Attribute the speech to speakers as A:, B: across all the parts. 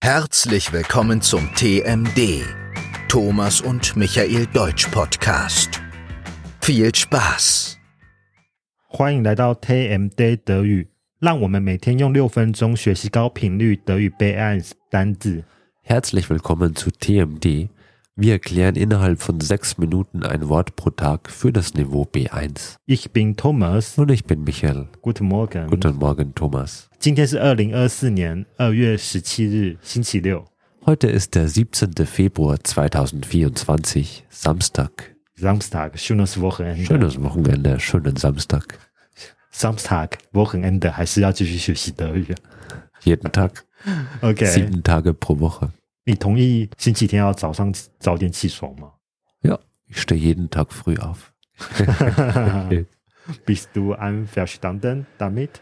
A: Herzlich willkommen zum TMD, Thomas und Michael Deutsch Podcast. Viel Spaß!
B: 欢迎来到 TMD 德语，让我们每天用六分钟学习高频率德语备案单字。
C: Herzlich willkommen zu TMD. Wir erklären innerhalb von sechs Minuten ein Wort pro Tag für das Niveau B1.
B: Ich bin Thomas.
C: Und ich bin Michael.
B: Guten Morgen.
C: Guten Morgen, Thomas.
B: 今天是二零二四年二月十七日，星期六。
C: Heute ist der 17. Februar 2024, Samstag.
B: Samstag, schönes Wochenende.
C: Schönes Wochenende, schönen Samstag.
B: Samstag, Wochenende，还是要继续学习德语。
C: Jeden Tag,
B: OK，
C: sieben Tage pro Woche.
B: 你同意星期天要早上早点起床吗
C: Ja, ich stehe jeden Tag früh auf.
B: ？Bist du einverstanden damit？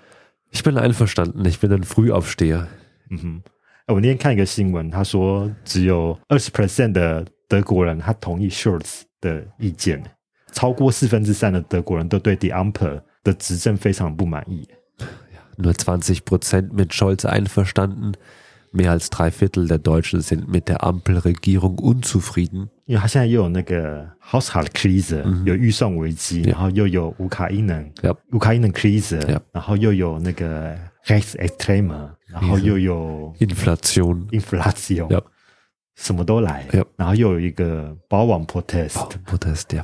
C: Ich bin einverstanden, ich bin ein Frühaufsteher.
B: 嗯哼，哎我那天看一个新闻，他说只有二十 percent 的德国人他同意 Schulz 的意见，超过四分之三的德国人都对 Die Amper 的执政非常不满意。
C: Nur 20 Prozent mit Scholz einverstanden. Mehr als drei Viertel der Deutschen sind mit der Ampelregierung unzufrieden.
B: 因为他现在又有那个 household crise，、有预算危机，然后又有乌卡伊能
C: 嗯 Yep.
B: 乌卡伊能 crise，、
C: Yep.
B: 然后又有那个 rex extreme，然后又有
C: Inflation.
B: inflation，、
C: Yep.
B: 什么都来
C: Yep.
B: 然后又有一个保网 protest，、
C: Protest, ja.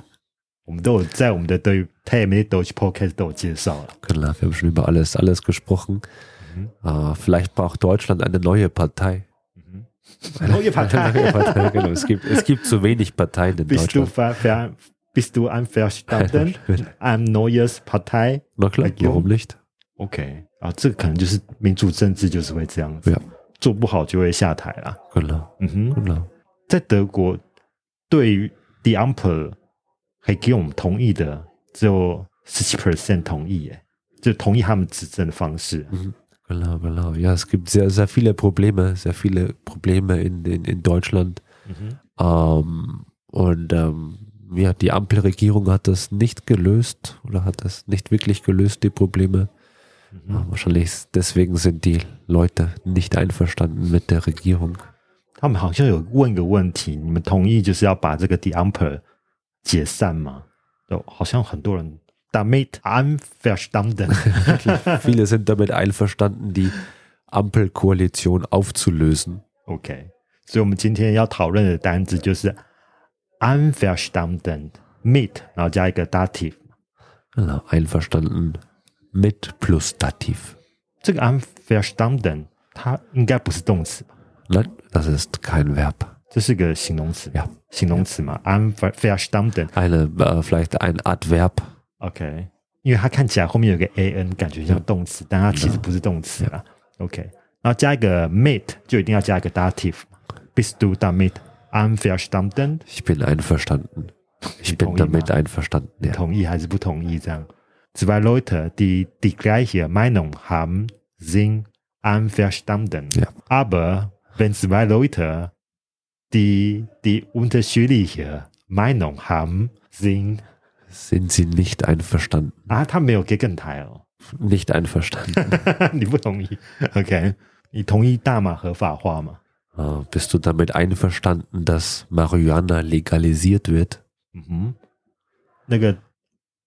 B: 我们都有在我们的德语 TMA Deutsch Podcast 都有介绍了。
C: Genau, wir haben schon über alles, alles gesprochen.
B: Mhm.
C: Äh, vielleicht braucht Deutschland eine neue Partei.
B: 嗯 Neue
C: Eine neue
B: Partei.
C: Partei, genau. Es gibt, es gibt zu wenig Parteien in
B: bist du
C: Deutschland.
B: ver, ver, bist du einverstanden? Ein neues Partei?
C: Na klar,
B: Regierung?
C: warum nicht?
B: OK，啊，这个可能就是民主政治就是会这样子，
C: Ja,
B: 做不好就会下台啦。
C: genau,
B: 嗯哼，
C: genau.
B: 在德国，对于 The Amper 还给我们同意的只有十七 percent 同意，耶，就同意他们执政的方式。
C: Genau, genau. Ja, es gibt sehr, sehr viele Probleme, sehr viele Probleme in, in, in Deutschland.
B: 嗯
C: Ähm, und ähm, ja, die Ampelregierung hat das nicht gelöst oder hat das nicht wirklich gelöst, die Probleme. Ja, wahrscheinlich s- deswegen sind die Leute nicht einverstanden mit der Regierung.
B: 他们好像有问个问题，你们同意就是要把这个 The Amper 解散吗？哦，好像很多人 damit einverstanden，
C: Viele sind damit einverstanden, die Ampelkoalition aufzulösen.
B: OK，所以我们今天要讨论的单字就是 unverstanden meet，然后加一个 dative。
C: Genau, einverstanden mit plus Dativ.
B: 这个 unverstanden 它应该不是动词吧？
C: Nein, das ist kein Verb.
B: 这是个形容词，
C: Ja.
B: 形容词嘛，unverstanden。
C: Eine, äh, vielleicht ein Adverb.
B: OK，因为它看起来后面有个 an，感觉像动词，但它其实不是动词啦。OK，然后加一个 mate 就一定要加一个 dative。Bist du damit unverstanden？
C: Ich bin einverstanden. Ich bin
B: Toni
C: damit
B: mal.
C: einverstanden. Ja.
B: 同意还是不同意这样。Zwei Leute, die die gleiche Meinung haben, sind einverstanden.
C: Ja.
B: Aber wenn zwei Leute, die die unterschiedliche Meinung haben, sind
C: Sind Sie nicht einverstanden?
B: 啊，他没有 g e g e n t e i l
C: Nicht einverstanden.
B: 你不同意？OK，你同意大麻合法化吗？
C: Äh, Bist du damit einverstanden, dass Marihuana legalisiert wird?
B: 嗯哼，那个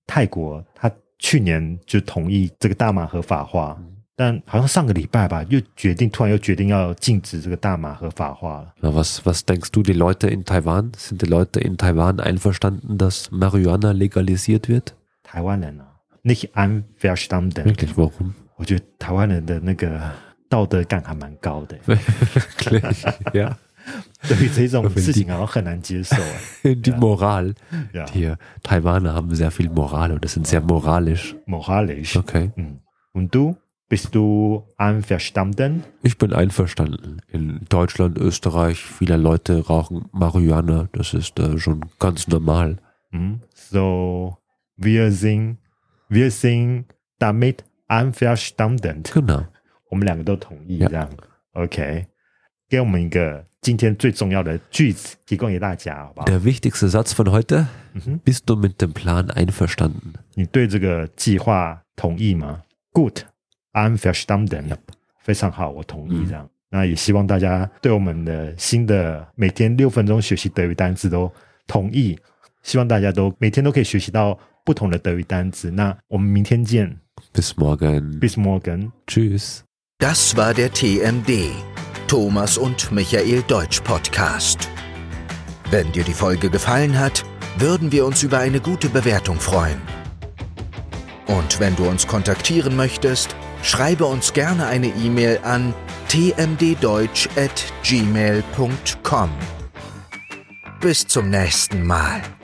B: 泰国他去年就同意这个大麻合法化，但好像上个礼拜吧，又决定突然又决定要禁止这个大麻合法化了。
C: Na, Äh, was, was denkst du, die Leute in Taiwan? Sind die Leute in Taiwan einverstanden, dass Marihuana legalisiert wird?
B: 台湾人啊，nicht einverstanden，
C: Wirklich, warum?
B: 我觉得台湾人的那个道德感还蛮高的，
C: Wirklich, ja.
B: 对于这种事情好像很难接受哎。
C: Die Moral.
B: Ja.
C: Die äh, Taiwaner haben sehr viel Moral oder sind sehr moralisch.
B: Moralisch，
C: Okay.
B: 嗯，und du bist du einverstanden？
C: Ich bin einverstanden. In Deutschland, Österreich, viele Leute rauchen Marihuana. Das ist äh, schon ganz normal.
B: 嗯，so wir sind wir sind damit einverstanden。
C: Genau.
B: 我们两个都同意
C: Yeah.
B: 这样。OK，给我们一个今天最重要的句子，提供给大家，好不好？
C: Der wichtigste Satz von heute.
B: Mhm.
C: Bist du mit dem Plan einverstanden?
B: 你对这个计划同意吗？Good，I'm verstanden，非常好，我同意这样。那也希望大家对我们的新的每天六分钟学习德语单词都同意，希望大家都每天都可以学习到不同的德语单词。那我们明天见
C: Bis morgen.
B: ，Bis morgen。
C: Tschüss.
A: Das war der TMD, Thomas und Michael Deutsch Podcast. Wenn dir die Folge gefallen hat, würden wir uns über eine gute Bewertung freuen. Und wenn du uns kontaktieren möchtest, schreibe uns gerne eine E-Mail an tmddeutsch.gmail.com. Bis zum nächsten Mal.